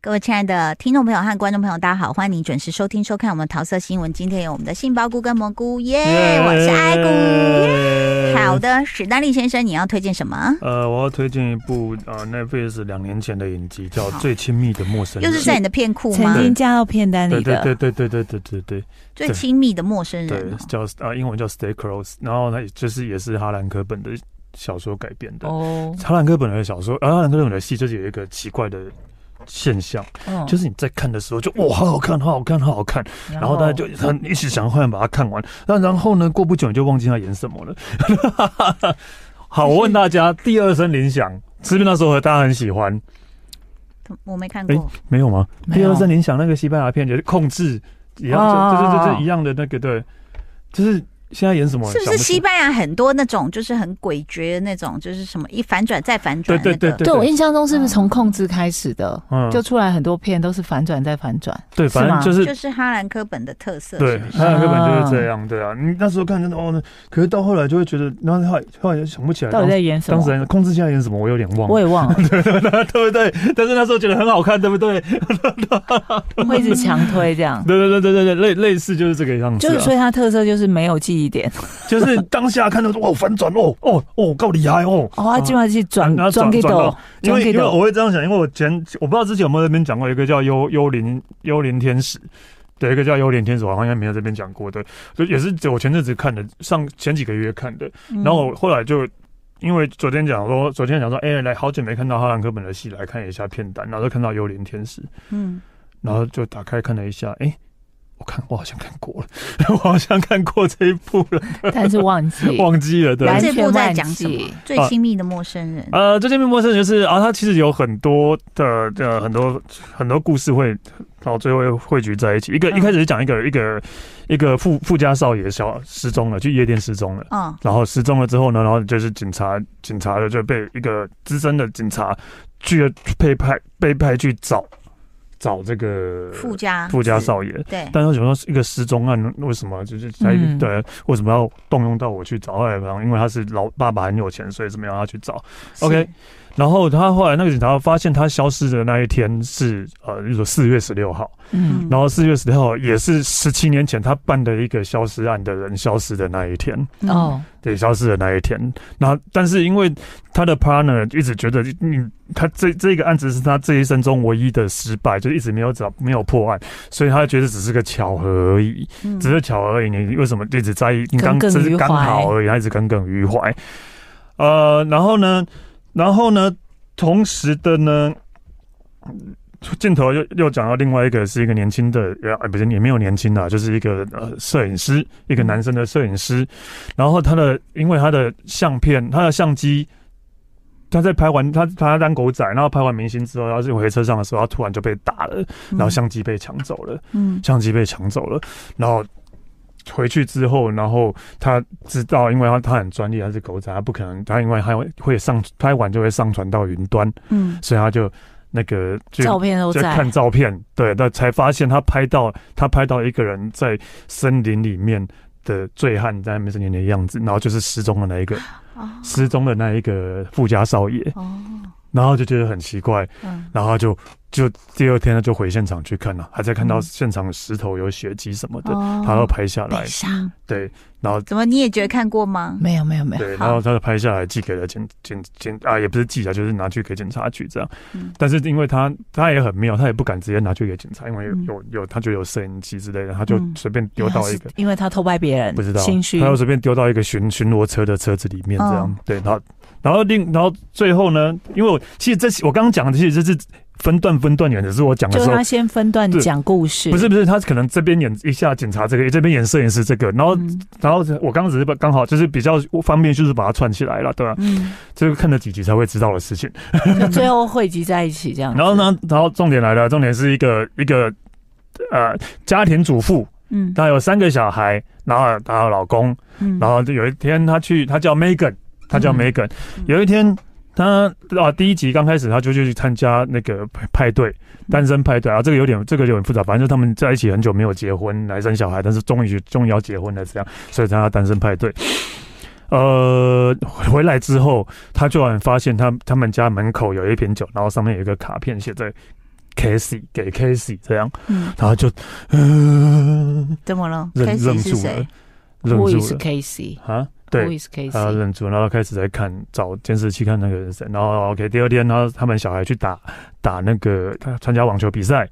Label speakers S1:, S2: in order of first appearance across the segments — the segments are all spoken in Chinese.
S1: 各位亲爱的听众朋友和观众朋友，大家好，欢迎您准时收听收看我们桃色新闻。今天有我们的杏鲍菇跟蘑菇，耶、我是爱菇。
S2: 菇
S1: 好。的，史丹利先生，你要推荐什么？
S2: 呃，我要推荐一部呃 Netflix 两年前的影集，叫
S1: 好
S2: 《最亲密的陌生
S1: 又
S2: 人》。
S1: 是在你的片库
S3: 曾
S1: 吗？
S3: 经加到片单
S2: 对
S3: 里
S2: 对对对
S3: 的，
S2: 对对对对对
S1: 最亲密的陌生人
S2: 对
S1: 哦、，
S2: 叫呃英文叫 Stay Close，然后它就是也是哈兰科本的小说改编的。
S3: 哦，
S2: 哈兰科本的小说，呃，哈兰科本的戏就是有一个奇怪的现象，
S1: 哦
S3: 嗯
S2: 就是你在看的时候就哇好好看，好好看，好好看，然后大家就很一起想快把它看完，那然后呢，过不久你就忘记他演什么了。 好，我问大家，《第二声铃响》是不是那时候大家很喜欢？
S1: 我没看过。
S2: 没有吗？
S3: 没
S2: 第
S3: 有
S2: 二声铃响那个西班牙片就是控制一样，
S3: 哦
S2: 就
S3: 哦
S2: 就
S3: 哦
S2: 是就是一样的那个对，就是现在演什么？
S1: 是不
S2: 想
S1: 是
S2: 起
S1: 西班牙很多那种就是很诡谲的那种，就是什么一反转再反转、那
S2: 对
S1: 个？
S2: 对对
S3: 对我印象中是不是从控制开始的，
S2: 嗯，
S3: 就出来很多片都是反转再反转，
S2: 对，反正
S3: 是吗
S2: 就是
S1: 就是哈兰科本的特色。
S2: 对
S1: 是不，是
S2: 他的根本就是这样，对啊。你那时候看真的哦，那可是到后来就会觉得，然后后来后来就想不起来
S3: 到底
S2: 当
S3: 在演什
S2: 当时
S3: 么？
S2: 人控制现在演什么，我有点忘了
S3: 我，也忘了，
S2: 对不对？但是那时候觉得很好看，对不对？
S3: 会一直强推 这样。
S2: 对对对对对对，类类似就是这个样子、啊，
S3: 就是，所以它特色就是没有记忆点。
S2: 就是当下看到哇反转哦哦哦够厉害哦，
S3: 哦，它基本上是转
S2: 然后
S3: 转
S2: 转
S3: 给
S2: 转
S3: 抖
S2: 到，因为
S3: 转给
S2: 因为
S3: 抖。
S2: 我会这样想，因为我前我不知道之前有没有在那边讲过一个叫幽幽灵幽灵天使。对，一个叫幽灵天使，我好像应该没有这边讲过的，就也是我前阵子看的，上前几个月看的，
S1: 嗯
S2: 然后我后来就因为昨天讲说，昨天讲说，哎、来好久没看到哈兰科本的戏，来看一下片单，然后就看到幽灵天使，
S1: 嗯，
S2: 然后就打开看了一下，哎、我看我好像看过了， 我好像看过这一部了，
S3: 但是忘记
S2: 忘记了，对。
S1: 那
S3: 完
S1: 这部
S3: 全
S1: 在
S3: 忘
S1: 讲什么
S3: 记？。
S1: 最亲密的陌生人。
S2: 呃，这件面陌生人就是啊，它其实有很多的呃很多很多故事会到最后会汇聚在一起。一个、
S1: 嗯
S2: 一开始是讲一个一个一个富富家少爷小失踪了，去夜店失踪了。
S1: 嗯，
S2: 然后失踪了之后呢，然后就是警察，警察的就被一个资深的警察去被派被派去找找这个
S1: 附加
S2: 富家少爷。
S1: 对，
S2: 但是想说是一个失踪案，为什么就是才、
S3: 嗯
S2: 对？为什么要动用到我去找？后来好像因为他是老爸爸很有钱，所以怎么样他去找？OK 然后他后来那个警察发现他消失的那一天是呃，就是说四月十六号，
S3: 嗯，
S2: 然后四月十六号也是十七年前他办的一个消失案的人消失的那一天。
S1: 嗯，
S3: 哦，
S2: 对，消失的那一天。那但是因为他的 partner 一直觉得，嗯，他这这个案子是他这一生中唯一的失败，就一直没有找没有破案，所以他觉得只是个巧合而已，
S1: 嗯
S2: 只是巧合而已。你为什么一直在意？你刚
S3: 耿
S2: 只
S3: 耿于
S2: 是刚好
S3: 怀
S2: 而已，他一直耿耿于怀。呃，然后呢，然后呢，同时的呢。镜头又又讲到另外一个是一个年轻的，呃，不是也没有年轻的啊，就是一个呃摄影师，一个男生的摄影师。然后他的因为他的相片，他的相机，他在拍完他他当狗仔，然后拍完明星之后，然后就回车上的时候，他突然就被打了，然后相机被抢走了，
S1: 嗯
S2: 相机被抢走了，然后。回去之后，然后他知道，因为他他很专业，他是狗仔，他不可能，他因为他会会上拍完就会上传到云端，
S1: 嗯
S2: 所以他就那个就
S3: 照片都
S2: 就
S3: 在
S2: 看。照片，对，那才发现他拍到他拍到一个人在森林里面的醉汉在那边森林的样子，然后就是失踪的那一个
S3: 啊
S1: 哦
S2: 失踪的那一个富家少爷，
S1: 哦
S2: 然后就觉得很奇怪，
S1: 嗯
S2: 然后就就第二天他就回现场去看了、还在看到
S3: 嗯
S2: 现场石头有血迹什么的，
S1: 哦
S2: 他要拍下来
S1: 被，杀，
S2: 对，然后
S1: 怎么你也觉得看过吗？
S3: 没有没有没有，
S2: 对，
S1: 好
S2: 然后他就拍下来寄给了检检检啊，也不是寄啊，就是拿去给警察局这样。
S1: 嗯
S2: 但是因为他他也很妙，他也不敢直接拿去给警察，因为有、
S1: 嗯
S2: 有有他就有摄影机之类的，他就
S1: 嗯
S2: 随便丢到一个、
S3: 因为他偷拍别人，
S2: 不知道，
S3: 哎心虚
S2: 他。又随便丢到一个巡巡逻车的车子里面这样。
S1: 嗯
S2: 对，然后然后另然后最后呢，因为我其实这我刚刚讲的其实这是分段分段演的，是我讲的
S3: 就是
S2: 时候
S3: 他先分段
S2: 对
S3: 讲故事，
S2: 不是不是，他可能这边演一下警察这个，这边演摄影师这个，然后、
S1: 嗯
S2: 然后我刚刚只是把刚好就是比较方便，就是把它串起来了，对吧、
S1: 嗯
S2: 这个看了几集才会知道的事情。
S3: 就最后汇集在一起这样。
S2: 然后？呢，然后重点来了，重点是一个一个呃家庭主妇，
S1: 嗯
S2: 她有三个小孩，然后她有老公，
S1: 嗯
S2: 然后就有一天她去，她叫 Megan，她叫
S3: 嗯
S2: Megan，、
S1: 嗯
S2: 有一天。她啊，第一集刚开始她就去参加那个派派对，
S1: 嗯
S2: 单身派对啊，这个有点这个有点复杂，反正就他们在一起很久没有结婚来生小孩，但是终于终于要结婚了这样，所以参加单身派对。呃，回来之后，他突然发现他他们家门口有一瓶酒，然后上面有一个卡片写着 Casey 给 Casey 这样，
S1: 嗯，
S2: 然后就嗯、
S1: 怎么了
S2: 忍
S1: ？Casey
S2: 忍
S1: 是
S2: 住了
S1: 谁？，
S2: 忍
S3: Who
S2: 住
S3: is
S2: 了
S3: Casey？
S2: 啊，对
S3: Who，is
S2: 然后
S3: Casey？
S2: 忍住，然后开始在看找监视器看那个人是谁，然后 OK，第二天，然后他们小孩去打打那个他参加网球比赛，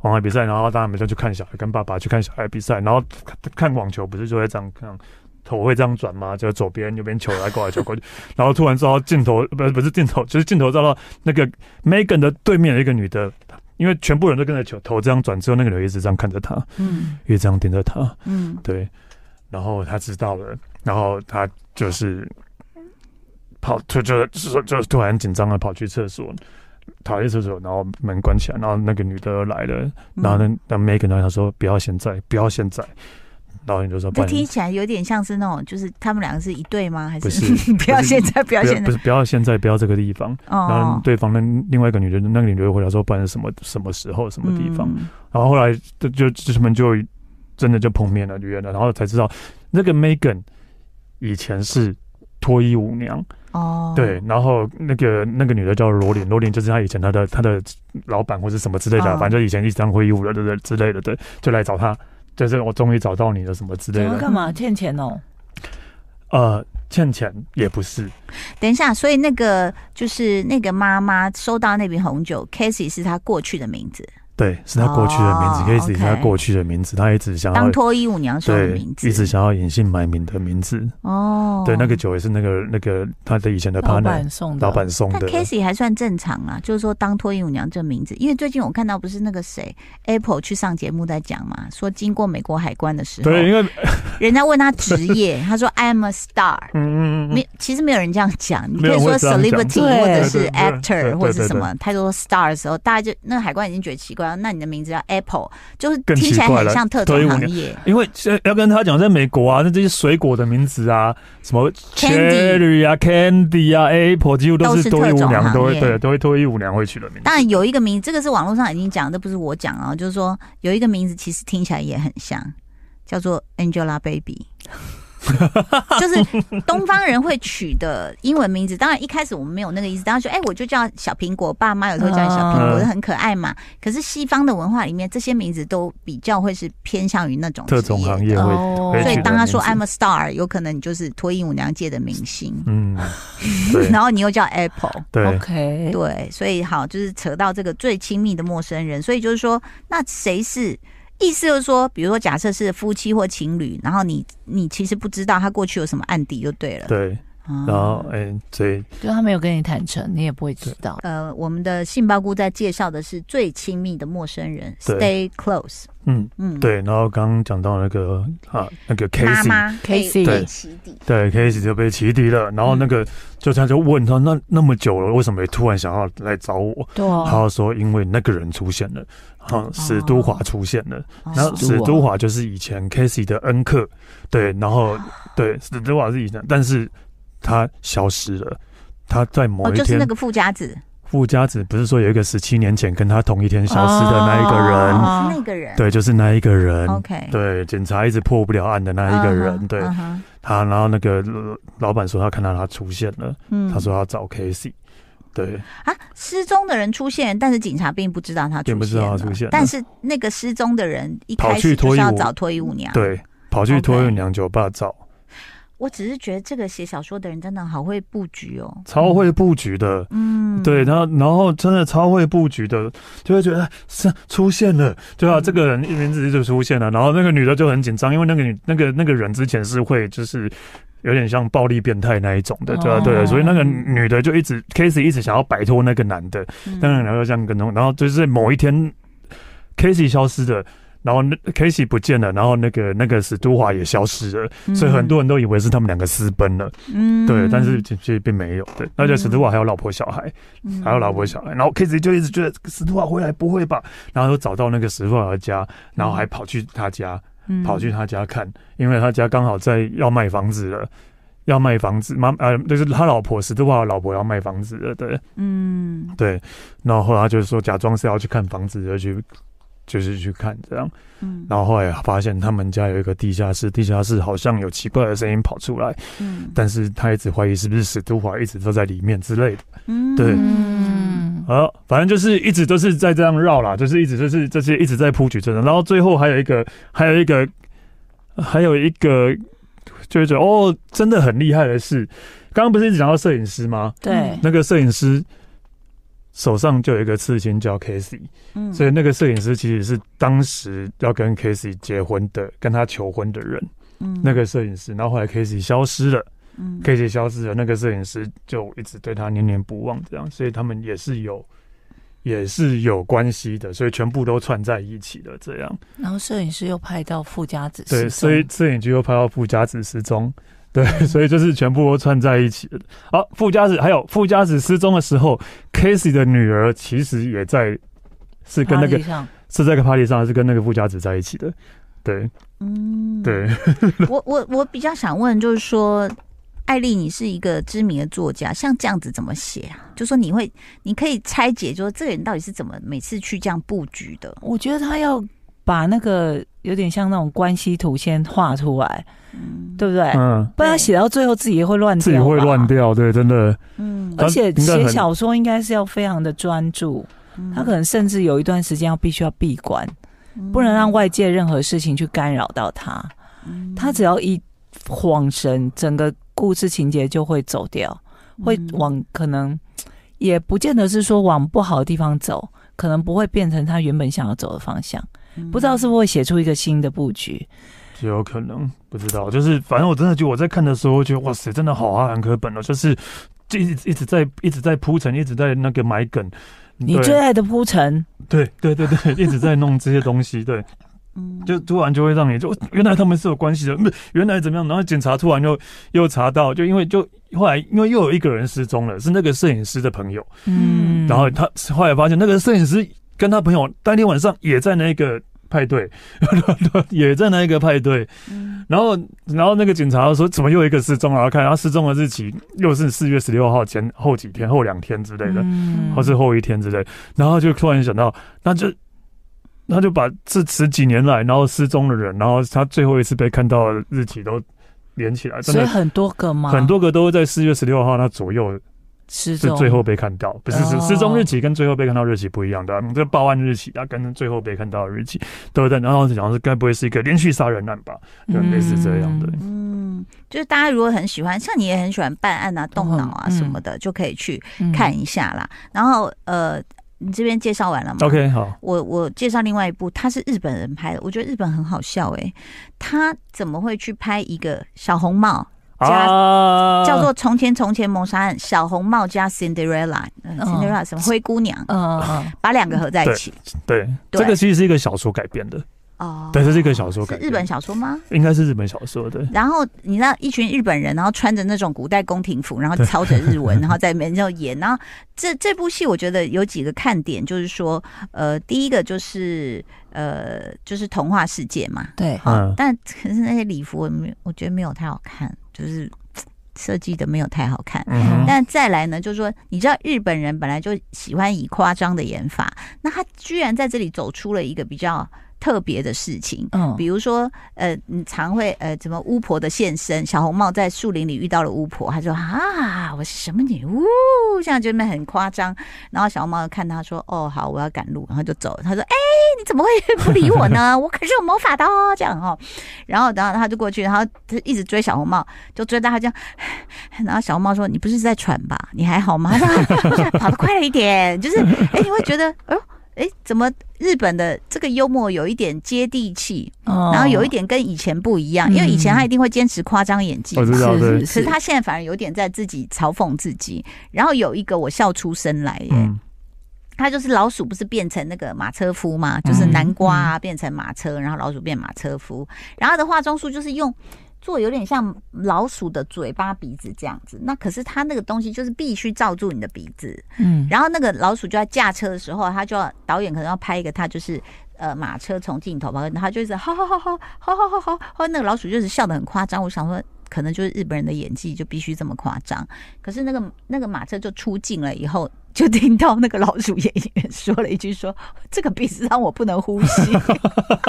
S2: 网球比赛，然后他们就去看小孩，跟爸爸去看小孩比赛，然后看看网球不是就会这样看。头会这样转吗？就左边右边球来过来球过去， 然后突然照到镜头，不是不是镜头，就是镜头照到那个 Megan 的对面有一个女的，因为全部人都跟着球头这样转，之后那个人一直这样看着她，
S1: 嗯
S2: 一直这样盯着她，
S1: 嗯，
S2: 对，然后他知道了，然后他就是跑，就就就就突然紧张的跑去厕所，跑去厕所，然后门关起来，然后那个女的来了，然后
S1: 嗯？
S2: 那那 Megan 呢，他说不要现在，不要现在，然后你就说不
S1: 这
S2: 然
S1: 听起来有点像是那种，就是他们两个是一对吗？还
S2: 不
S1: 是
S2: 是
S1: 不要现在，不要
S2: 不
S1: 现
S2: 要不
S1: 在
S2: 是不要现在，不要这个地方。然后
S1: 哦，
S2: 对方的另外一个女的，那个女的就回答说，不然是什么什么时候，什么地方？
S1: 嗯？
S2: 然后后来就就就他们就真的就碰面了，约了，然后才知道那个 Megan 以前是脱衣舞娘，
S1: 哦，
S2: 对，，然后那个那个女的叫罗琳，罗琳就是她以前她的她的老板或是什么之类的，啊
S1: 哦
S2: 反正以前一直当脱衣舞的对对之类的，对，就来找她，就是我终于找到你了什么之类
S3: 怎么
S2: 的，
S3: 干嘛欠钱哦？
S2: 呃，欠钱也不
S1: 哦
S2: 是，
S1: 等一下，所以那个就是那个妈妈收到那瓶红酒，Casey 是她过去的名字，
S2: 对，是她过去的名字，
S1: 哦
S2: 可以指一下
S1: OK
S2: 过去的名字，她一直想
S1: 当
S2: 要。
S1: 脱衣舞娘收的
S2: 对，
S1: 名字，
S2: 一直想要隐姓埋名的名字。
S1: 哦，
S2: 对，那个酒也是那个那个她的以前的
S3: 老
S2: partner，
S3: 板送的，
S2: 老板送
S1: 但
S2: 的。
S1: Casey 还算正常啊，就是说当脱衣舞娘这名字，因为最近我看到不是那个谁 Apple 去上节目在讲嘛，说经过美国海关的时候，
S2: 对，因为
S1: 人家问他职 业，他说 I'm a star。
S2: 嗯嗯嗯
S1: 没，其实没有人这样讲，你可
S2: 没有
S1: 以
S2: 人
S1: 说
S2: 会这样
S1: celebrity
S2: 讲
S3: 对
S1: 或者是
S2: 对对对对
S1: actor
S2: 对
S1: 或者是什
S2: 对
S1: 么，太多 star 的时候，大家就那海关已经觉得奇怪了，那你的名字叫 Apple，就是
S2: 更
S1: 听起来
S2: 奇怪
S1: 很
S2: 了
S1: 像特
S2: 脱衣
S1: 种
S2: 舞
S1: 行
S2: 娘
S1: 业。
S2: 因为现在要跟他讲，在美国啊，那这些水果的名字啊，什么
S1: Candy
S2: cherry 啊、candy 啊、apple，几乎都
S1: 都
S2: 是
S1: 是
S2: 脱衣舞
S1: 特种行业
S2: 娘都会对，都会脱衣舞娘会取的名字。
S1: 当然有一个名，这个是网络上已经讲，这不是我讲啊，就是说有一个名字其实听起来也很像，叫做 Angelababy，就是东方人会取的英文名字。当然一开始我们没有那个意思，当然说哎、我就叫小苹果，爸妈有时候叫你小苹果，
S2: 嗯
S1: 很可爱嘛。可是西方的文化里面，这些名字都比较会是偏向于那种
S2: 特种
S1: 职业
S2: 行业
S1: 的
S2: 会
S3: 哦
S2: 会
S1: 所以
S2: 取的
S1: 当他说
S2: 名
S1: I'm a star，有可能你就是脱衣舞娘界的明星，
S2: 嗯，对
S1: 然后你又叫 Apple。
S2: 对，
S3: OK，
S1: 对，所以好，就是扯到这个最亲密的陌生人，所以就是说，那谁是？意思就是说，比如说，假设是夫妻或情侣，然后你你其实不知道他过去有什么案底就对了。
S2: 对，
S1: 啊
S2: 然后哎，所以
S3: 就他没有跟你坦诚，你也不会知道。
S1: 呃，我们的杏鲍菇在介绍的是最亲密的陌生人，Stay
S2: 对
S1: close。
S2: 嗯，
S1: 嗯，
S2: 对，然后刚刚讲到那个啊，那个
S1: 妈
S2: Casey，
S1: 妈
S3: Casey
S1: 被
S2: 对
S1: 起底。
S2: 对，Casey 就被启迪了，然
S1: 嗯
S2: 后那个就他就问他，那那么久了，为什么突然想要来找我？
S3: 对
S1: 哦
S3: 啊，
S2: 他说因为那个人出现了，啊，史都华出现了。
S1: 哦
S2: 然后史都华就是以前 Casey 的恩客，对，然后
S1: 啊
S2: 对史都华是以前，但是他消失了。他在某
S1: 哦，
S2: 一
S1: 就是
S2: 天
S1: 那，个富家子，
S2: 富家子不是说有一个十七年前跟他同一天消失的那一个人，
S1: 哦是那个人。
S2: 对，就是那一个人。
S1: ，OK，
S2: 对，警察一直破不了案的那一个人，
S1: 嗯哼
S2: 对
S1: 嗯哼
S2: 他，然后那个呃老板说他看到他出现了，
S1: 嗯
S2: 他说要找 Casey，对，
S1: 啊，失踪的人出现，但是警察并不知道他出现了，
S2: 并不知道他出现了
S1: 但是那个失踪的人一开
S2: 跑去
S1: 始就
S2: 脱
S1: 是
S2: 衣
S1: 要
S2: 舞
S1: 找脱衣舞娘。，
S2: 对，跑去
S1: OK
S2: 托运娘酒吧找，
S1: 我只是觉得这个写小说的人真的好会布局哦。
S2: 超会布局的，
S1: 嗯，
S2: 对，然后然后真的超会布局的，就会觉得哎是出现了，对啊，
S1: 嗯
S2: 这个人一名字就出现了，然后那个女的就很紧张，因为那个女那个那个人之前是会就是。有点像暴力变态那一种的，对啊，
S3: 哦
S2: 对啊，所以那个女的就一直 Casey 一直想要摆脱那个男的，
S1: 嗯，
S2: 那个男的这样跟踪，然后就是某一天 Casey 消失了，然后那 Casey 不见了，然后那个那个史都华也消失了，所以很多人都以为是他们两个私奔了，
S1: 嗯嗯，嗯
S2: 对，但是其实并没有，对，而且史都华还有老婆小孩，
S1: 嗯
S2: 还有老婆，小孩，然后 Casey 就一直觉得史图瓦回来不会吧，然后又找到那个史图瓦的家，然后还跑去他家，
S1: 嗯
S2: 跑去他家看，因为他家刚好在要卖房子了，要卖房子，妈呃就是他老婆史图瓦的老婆要卖房子了，对
S1: 嗯，
S2: 对，然后后来他就说假装是要去看房子，就去就是去看这样，
S1: 嗯
S2: 然后后来发现他们家有一个地下室，地下室好像有奇怪的声音跑出来，
S1: 嗯
S2: 但是他一直怀疑是不是史图瓦一直都在里面之类的。
S1: 嗯
S2: 对
S1: 嗯
S3: 嗯，
S2: 好，反正就是一直都是在这样绕啦，就是一直就是这些一直在铺举证的，然后最后还有一个，还有一个，还有一个，就会觉得哦，真的很厉害的是，刚刚不是一直讲到摄影师吗？
S3: 对
S2: 那个摄影师手上就有一个刺青叫 Casey，
S1: 嗯
S2: 所以那个摄影师其实是当时要跟 Casey 结婚的，跟他求婚的人，
S1: 嗯
S2: 那个摄影师，然后后来 Casey 消失了。
S1: 嗯
S2: K 姐消失了，那个摄影师就一直对他念念不忘，这样，所以他们也是有，也是有关系的，所以全部都串在一起的，这样。
S3: 然后摄影师又拍到富家子失踪，
S2: 对，所以摄影机又拍到富家子失踪，对，所以就是全部都串在一起的。好，富家子还有富家子失踪的时候，Casey 的女儿其实也在，是跟那
S3: 趴
S2: 个
S3: 地上
S2: 是在个 party 上，是跟那个富家子在一起的。对
S1: 嗯，
S2: 对，
S1: 我我我比较想问，就是说，艾丽，你是一个知名的作家，像这样子怎么写啊？就说你会，你可以拆解，就是这个人到底是怎么每次去这样布局的？
S3: 我觉得他要把那个有点像那种关系图先画出来，
S1: 嗯，
S3: 对不对？
S2: 嗯，
S3: 不然写到最后自己也会乱掉，
S2: 自己会乱。掉，对，真的，
S1: 嗯
S3: 而且
S2: 应该很
S3: 写小说应该是要非常的专注，
S1: 嗯
S3: 他可能甚至有一段时间要必须要闭关，不能让外界任何事情去干扰到他。
S1: 嗯
S3: 他只要一晃神，整个故事情节就会走掉，会
S1: 嗯
S3: 往可能也不见得是说往不好的地方走，可能不会变成他原本想要走的方向。
S1: 嗯
S3: 不知道是不是会写出一个新的布局。
S2: 有可能不知道，就是反正我真的觉得我在看的时候，我觉得哇塞，真的好啊，很可本哦，就是就一直一直在一直在铺陈，一直在那个埋梗。
S3: 你
S2: 对
S3: 最爱的铺陈，
S2: 对对对对，一直在弄这些东西，对，
S1: 嗯
S2: 就突然就会让你就原来他们是有关系的，嗯原来怎么样？然后警察突然又又查到，就因为就后来因为又有一个人失踪了，是那个摄影师的朋友，
S1: 嗯
S2: 然后他后来发现那个摄影师跟他朋友当天晚上也在那个派对，也在那个派对，
S1: 嗯
S2: 然后，然后那个警察说，怎么又一个失踪了？然后看，然后失踪的日期又是四月十六号前后几天、后两天之类的，
S3: 嗯
S2: 或是后一天之类。然后就突然想到，那就那就把这十几年来然后失踪的人，然后他最后一次被看到的日期都连起来，真
S3: 所以
S2: 的
S3: 很多个吗？
S2: 很多个都在四月十六号那左右
S3: 失
S2: 是
S3: 踪，
S2: 最后被看到，不是是
S3: 哦
S2: 失踪日期跟最后被看到日期不一样的、啊，这报案日期啊跟最后被看到的日期都在。然后想是该不会是一个连续杀人案吧？就类似这样的
S3: 嗯
S1: 嗯，就是大家如果很喜欢，像你也很喜欢办案啊、动脑啊
S3: 嗯
S1: 什么的，就可以去
S3: 嗯
S1: 看一下啦。然后呃，你这边介绍完了吗
S2: OK，好。
S1: 我我介绍另外一部，他是日本人拍的，我觉得日本很好笑诶、他怎么会去拍一个小红帽，加
S2: 啊
S1: 叫做《从前从前谋杀案》，小红帽加 Cinderella，嗯
S3: 嗯
S1: ，Cinderella 什么灰姑娘，
S3: 嗯，嗯
S1: 把两个合在一起。
S2: 哦对，
S1: 对
S2: 这个其实是一个小说改编的，
S1: 哦
S2: 对这是一个小说
S1: 是
S2: 改
S1: 日
S2: 编
S1: 本小说吗？
S2: 应该是日本小说对。
S1: 然后你知道一群日本人，然后穿着那种古代宫廷服，然后操着日文，然后在门上演。然后这这部戏我觉得有几个看点，就是说，呃，第一个就是呃，就是童话世界嘛，
S3: 对，
S2: 嗯
S1: 但可是那些礼服我没有，我觉得没有太好看，就是嘖设计的没有太好看。
S2: 嗯哼，
S1: 但再来呢，就是说，你知道日本人本来就喜欢以夸张的演法，那他居然在这里走出了一个比较特别的事情，
S3: 嗯
S1: 比如说，呃，你常会呃，怎么巫婆的现身，小红帽在树林里遇到了巫婆，她说啊，我是什么女巫，这样就那很夸张。然后小红帽看她说，哦，好，我要赶路，然后就走了。她说，哎、你怎么会 不理我呢？我可是有魔法的哦，这样哦。然后，然后他就过去，然后他一直追小红帽，就追到他这样。 然后小红帽说：“你不是在喘吧？你还好吗？”我说哎跑得快了一点，就是哎，你会觉得，哦，哎，怎么日本的这个幽默有一点接地气，
S3: 然
S1: 然后有一点跟以前不一样，
S3: 哦嗯
S1: 因为以前他一定会坚持夸张演技嘛，
S2: 我哦知道对
S3: 是
S1: 可是他现在反而有点在自己嘲讽自己。然后有一个我笑出声来耶，
S2: 嗯，
S1: 他就是老鼠不是变成那个马车夫
S2: 嗯
S1: 嘛，就是南瓜啊、变成马车，然后老鼠变马车夫，然后他的化妆术就是用。做有点像老鼠的嘴巴、鼻子这样子，那可是他那个东西就是必须罩住你的鼻子，
S3: 嗯
S1: 然后那个老鼠就在驾车的时候，他就要导演可能要拍一个他就是呃马车从镜头吧，然后他就一直好好好好好好好好好，那个老鼠就是笑得很夸张。我想说，可能就是日本人的演技就必须这么夸张。 可是那个那个马车就出镜了以后。就听到那个老鼠演员说了一句说这个鼻子让我不能呼吸。 我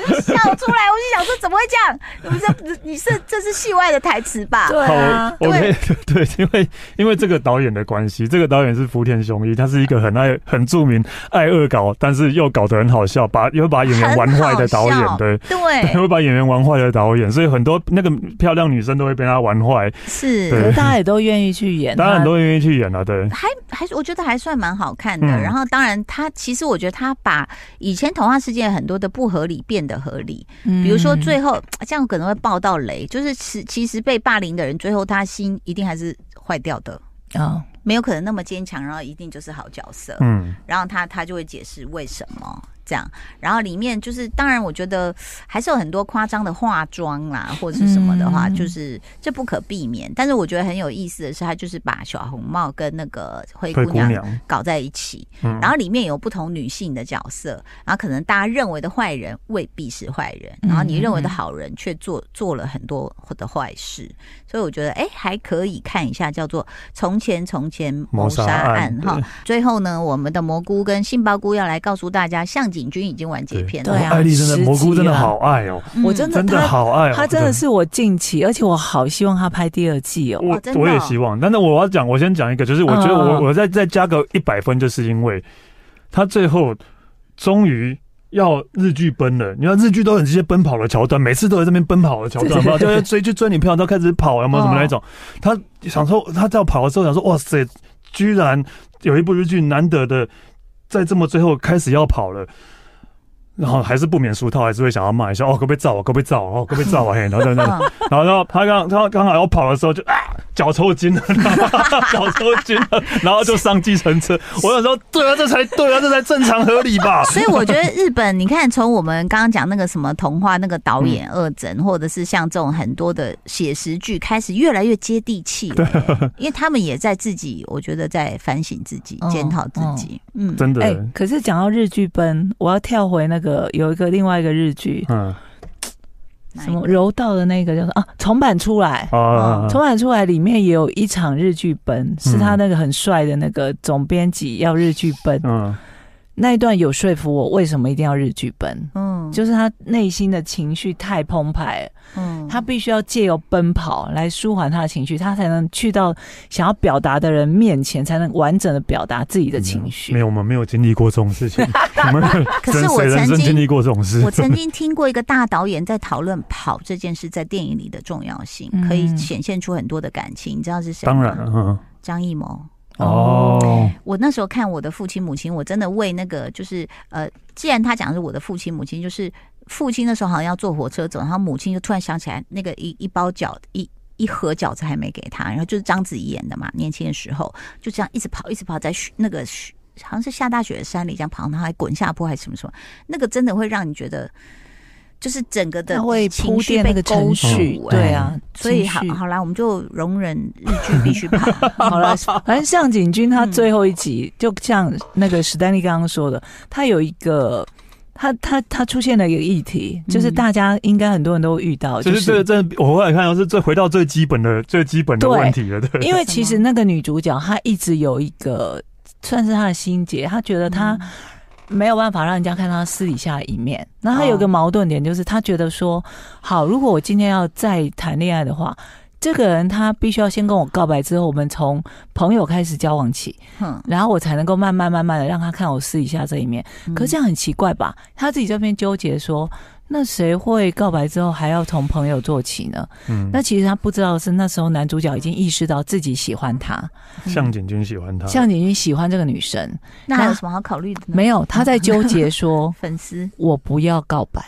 S1: 就笑出来，我就想说怎么会这样？不是，你是这是戏外的台词吧？
S3: 对啊，
S2: 我可以 对，因为因为这个导演的关系，这个导演是福田雄一，他是一个很爱很著名、爱恶搞，但是又搞得很好笑，把也会把演员玩坏的导
S1: 很好，
S2: 演
S1: 笑哎
S2: 对，
S1: 对，
S2: 会把演员玩坏的导演，所以很多那个漂亮女生都会被他玩坏，
S3: 可
S1: 是
S2: 对
S3: 是大家也都愿意去演，
S2: 当然
S3: 他
S2: 很多人愿意去演了、啊对，
S1: 还还是我觉得还算蛮好看的。
S2: 嗯
S1: 然后当然他其实我觉得他把以前童话世界很多的不合理变得合理，比如说
S3: 嗯
S1: 最后这样可能会爆到雷，就是其其实被霸凌的人最后他心一定还是坏掉的。
S3: 哦，
S1: 没有可能那么坚强，然后一定就是好角色。
S2: 嗯，
S1: 然后他他就会解释为什么这样。然后里面就是，当然我觉得还是有很多夸张的化妆啦，或者是什么的话，
S3: 嗯
S1: 就是这不可避免。但是我觉得很有意思的是，他就是把小红帽跟那个灰
S2: 灰
S1: 姑
S2: 姑
S1: 娘
S2: 娘，
S1: 搞在一起，
S2: 嗯
S1: 然后里面有不同女性的角色，然后可能大家认为的坏人未必是坏人，
S3: 嗯
S1: 然后你认为的好人却做做了很多的坏事，所以我觉得哎还可以看一下，叫做《从前从前谋杀案》
S2: 谋杀
S1: 哈
S2: 案。
S1: 最后呢，我们的蘑菇跟杏鲍菇要来告诉大家，向井君已经完结篇了，
S3: 对啊
S2: 哇艾丽真的
S3: 十集
S2: 蘑菇真的
S3: 了
S2: 好爱哦、
S1: 嗯
S3: 我真的
S2: 真的
S3: 他
S2: 好爱、哦，
S3: 他真的是我近期，而且我好希望他拍第二季哦。
S2: 我、
S1: 哦真的哦
S2: 我也希望，但是我要讲，我先讲一个，就是我觉得我、
S3: 嗯嗯嗯
S2: 我再再加个一百分，就是因为他最后终于要日剧奔了。你看日剧都很这些奔跑的桥段，每次都有这边奔跑的桥段，有没有就要追去追女朋友，都开始跑，有没有
S1: 哦
S2: 什么那一种？他想说他在跑的时候想说，哇塞，居然有一部日剧难得的在这么最后开始要跑了。然后还是不免俗套，还是会想要骂一下哦，可不可以照我？可不可以照我？哦，可不可以照我？嘿，然后等等，
S1: 嗯
S2: 然后然后他刚他刚好要跑的时候就啊脚抽筋了， 脚抽筋了，然后就上计程车。我有时候对啊，这才对啊，这才正常合理 吧？
S1: 所以我觉得日本，你看从我们刚刚讲那个什么童话那个导演二诊，或者是像这种很多的写实剧，开始越来越接地气了耶，因为他们也在自己，我觉得在反省自己、
S3: 嗯
S1: 检讨自己。嗯，
S2: 真的，
S3: 哎、可是讲到日剧奔，我要跳回那个有一个另外一个日剧，
S2: 嗯
S1: 哪一
S3: 什么
S1: 个
S3: 柔道的那个叫做啊重版出来，
S2: 啊，嗯
S3: 重版出来里面也有一场日剧奔，是他那个很帅的那个总编辑要日剧奔、
S2: 嗯
S3: 那一段，有说服我为什么一定要日剧奔。
S1: 嗯，
S3: 就是他内心的情绪太澎湃了，
S1: 嗯
S3: 他必须要借由奔跑来舒缓他的情绪，他才能去到想要表达的人面前，才能完整的表达自己的情绪。
S2: 嗯没有，我们没有经历过这种事情，我们
S1: 可是
S2: 谁
S1: 我
S2: 谁人
S1: 曾
S2: 生经历
S1: 经。
S2: 过这种 事
S1: 我。曾经听过一个大导演在讨论跑这件事在电影里的重要性，
S3: 嗯
S1: 可以显现出很多的感情。你知道是谁吗？
S2: 当然了，嗯
S1: 张艺谋。
S2: 哦，
S1: 我那时候看我的父亲母亲，我真的为那个就是呃，既然他讲的是我的父亲母亲，就是父亲那时候好像要坐火车走，然后母亲就突然想起来那个一一包饺一。一盒饺子还没给他，然后就是章子怡演的嘛，年轻的时候就这样一直跑，一直跑，在雪那个雪好像是下大雪的山里这样跑，然后还滚下坡还是什么什么，那个真的会让你觉得，就是整个的
S3: 它会
S1: 情
S3: 铺
S1: 绪
S3: 垫
S1: 被
S3: 那个
S1: 勾住
S3: 程序，
S1: 哎
S3: 对啊，
S1: 所以好
S3: 情绪
S1: 好啦，我们就容忍日剧必须跑，
S3: 好了，反正向井君
S1: 嗯
S3: 他最后一集，就像那个史丹利刚刚说的，他有一个。他他他出现了一个议题，
S1: 嗯
S3: 就是大家应该很多人都会遇到，
S2: 就是这个，真的，我后来看到是最回到最基本的、最基本的问题了，对，
S3: 因为其实那个女主角她一直有一个算是她的心结，她觉得她没有办法让人家看到她私底下的一面。那她有个矛盾点，就是她觉得说，好，如果我今天要再谈恋爱的话，这个人他必须要先跟我告白，之后我们从朋友开始交往起，
S1: 嗯，
S3: 然后我才能够慢慢慢慢的让他看我私底下这一面。
S1: 嗯
S3: 可是这样很奇怪吧？他自己这边纠结说，那谁会告白之后还要从朋友做起呢？
S2: 嗯，
S3: 那其实他不知道的是那时候男主角已经意识到自己喜欢她，
S2: 向井君喜欢他，
S3: 嗯向井君喜欢这个女生，
S1: 嗯那还有什么好考虑的呢？，
S3: 没有他在纠结说
S1: 粉丝，
S3: 我不要告白，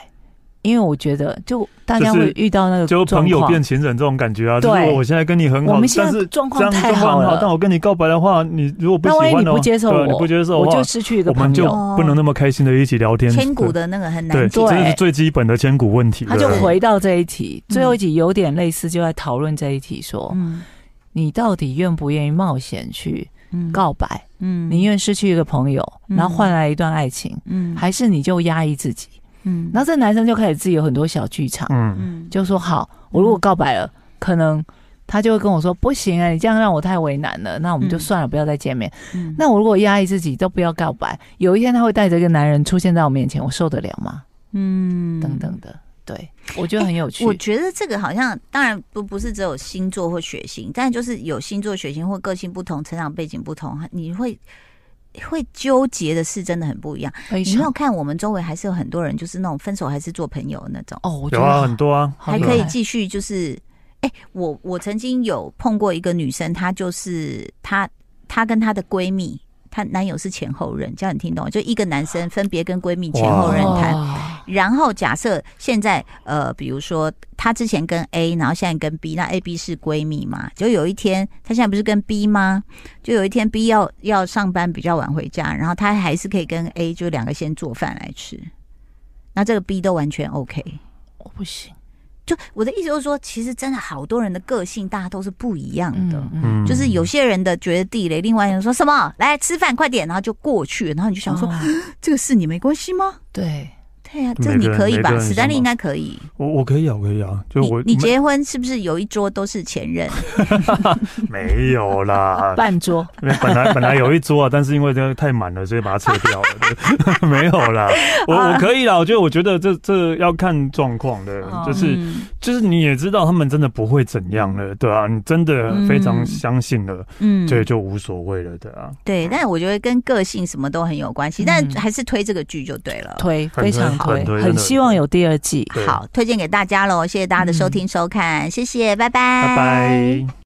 S3: 因为我觉得就大家
S2: 就是
S3: 会遇到那个
S2: 就
S3: 状
S2: 朋友
S3: 况
S2: 变情人这种感觉啊，就是
S3: 对
S2: 我我现在跟你很
S3: 我
S2: 好
S3: 们，现
S2: 但
S3: 在
S2: 是
S3: 状
S2: 这
S3: 况
S2: 样
S3: 太
S2: 状况
S3: 好
S2: 很好，但
S3: 了，
S2: 我跟你告白的话，你如果不
S3: 那
S2: 喜
S3: 万一
S2: 欢
S3: 你
S2: 的
S3: 不
S2: 话，
S3: 接受
S2: 对啊
S3: 我，
S2: 你不接受的
S3: 我
S2: 话，
S3: 就失去一个
S2: 我
S3: 朋
S2: 们就
S3: 友。
S2: 不能那么开心的一起聊天。
S1: 千古的那个很
S2: 对，
S1: 难解
S2: 这
S3: 对
S2: 这是最基本的千古问题了。
S3: 他就
S1: 对
S3: 回到这一题，
S1: 嗯
S3: 最后一集有点类似，就在讨论这一题说，
S1: 嗯
S3: 你到底愿不愿意冒险去
S1: 嗯
S3: 告白？
S1: 嗯
S3: 宁愿失去一个朋友，
S1: 嗯
S3: 然后换来一段爱情，
S1: 嗯
S3: 还是你就压抑自己？
S1: 嗯
S3: 然后这男生就开始自己有很多小剧场，
S2: 嗯，
S1: 嗯
S3: 就说好，我如果告白了，可能。他就会跟我说：“不行啊，你这样让我太为难了，那我们就
S1: 嗯
S3: 算了，不要再见面。
S1: 嗯
S3: 那我如果压抑自己，都不要告白，有一天他会带着一个男人出现在我面前，我受得了吗？
S1: 嗯
S3: 等等的。对，我觉得很有趣。
S1: 我觉得这个好像，当然不不是只有星座或血型，但就是有星座、血型或个性不同、成长背景不同，你会会纠结的事真的很不一样。
S3: 非
S1: 你没有
S3: 常
S1: 看我们周围还是有很多人，就是那种分手还是做朋友的那种，
S3: 哦，我觉
S2: 有
S3: 得
S2: 啊，很多啊，
S3: 好
S1: 还
S3: 厉
S1: 可以
S3: 害哦
S1: 继续就是，哎、我我曾经有碰过一个女生，她就是她她跟她的闺蜜，她男友是前后任，这样你听懂吗？就一个男生分别跟闺蜜前后任谈，
S3: 哇
S1: 然后假设现在呃，比如说她之前跟 A，然后现在跟 B，那 A、B 是闺蜜嘛？就有一天，她现在不是跟 B 吗？就有一天 B 要要上班比较晚回家，然后她还是可以跟 A 就两个先做饭来吃，那这个 B 都完全 OK。
S3: 我不行，
S1: 就我的意思就是说，其实真的好多人的个性大家都是不一样的。
S3: 嗯嗯，
S2: 嗯，
S1: 就是有些人的觉得地雷，另外一个人说什么来吃饭快点，然后就过去，然后你就想说、
S3: 哦
S1: 这个事你没关系吗？
S3: 对，，
S1: 对呀、这你可以
S2: 每个
S1: 吧？
S2: 人
S1: 史丹利
S2: 想法
S1: 应该可以。
S2: 我我可以啊，我可以啊，就
S1: 你
S2: 我
S1: 你结婚是不是有一桌都是前任？
S2: 没没有啦
S3: 半桌
S2: 因为本来本来有一桌啊，但是因为这个太满了，所以把它撤掉了。对 没有啦，我
S3: 啊
S2: 我可以啦，我觉得我觉得这这要看状况的
S3: 哦，
S2: 就是
S1: 嗯
S2: 就是你也知道他们真的不会怎样了，对啊，你真的非常
S1: 嗯
S2: 相信了，
S1: 嗯
S2: 对，就无所谓了，对啊，
S1: 对，但我觉得跟个性什么都很有关系，
S3: 嗯
S1: 但还是推这个剧就对了。
S3: 推
S2: 很
S3: 非常
S2: 推
S3: 推
S2: 很推，真
S3: 很
S2: 的
S3: 希望有第二季。
S2: 对
S1: 好，推荐给大家喽，谢谢大家的收听收看，谢谢，拜拜，
S2: 嗯拜拜。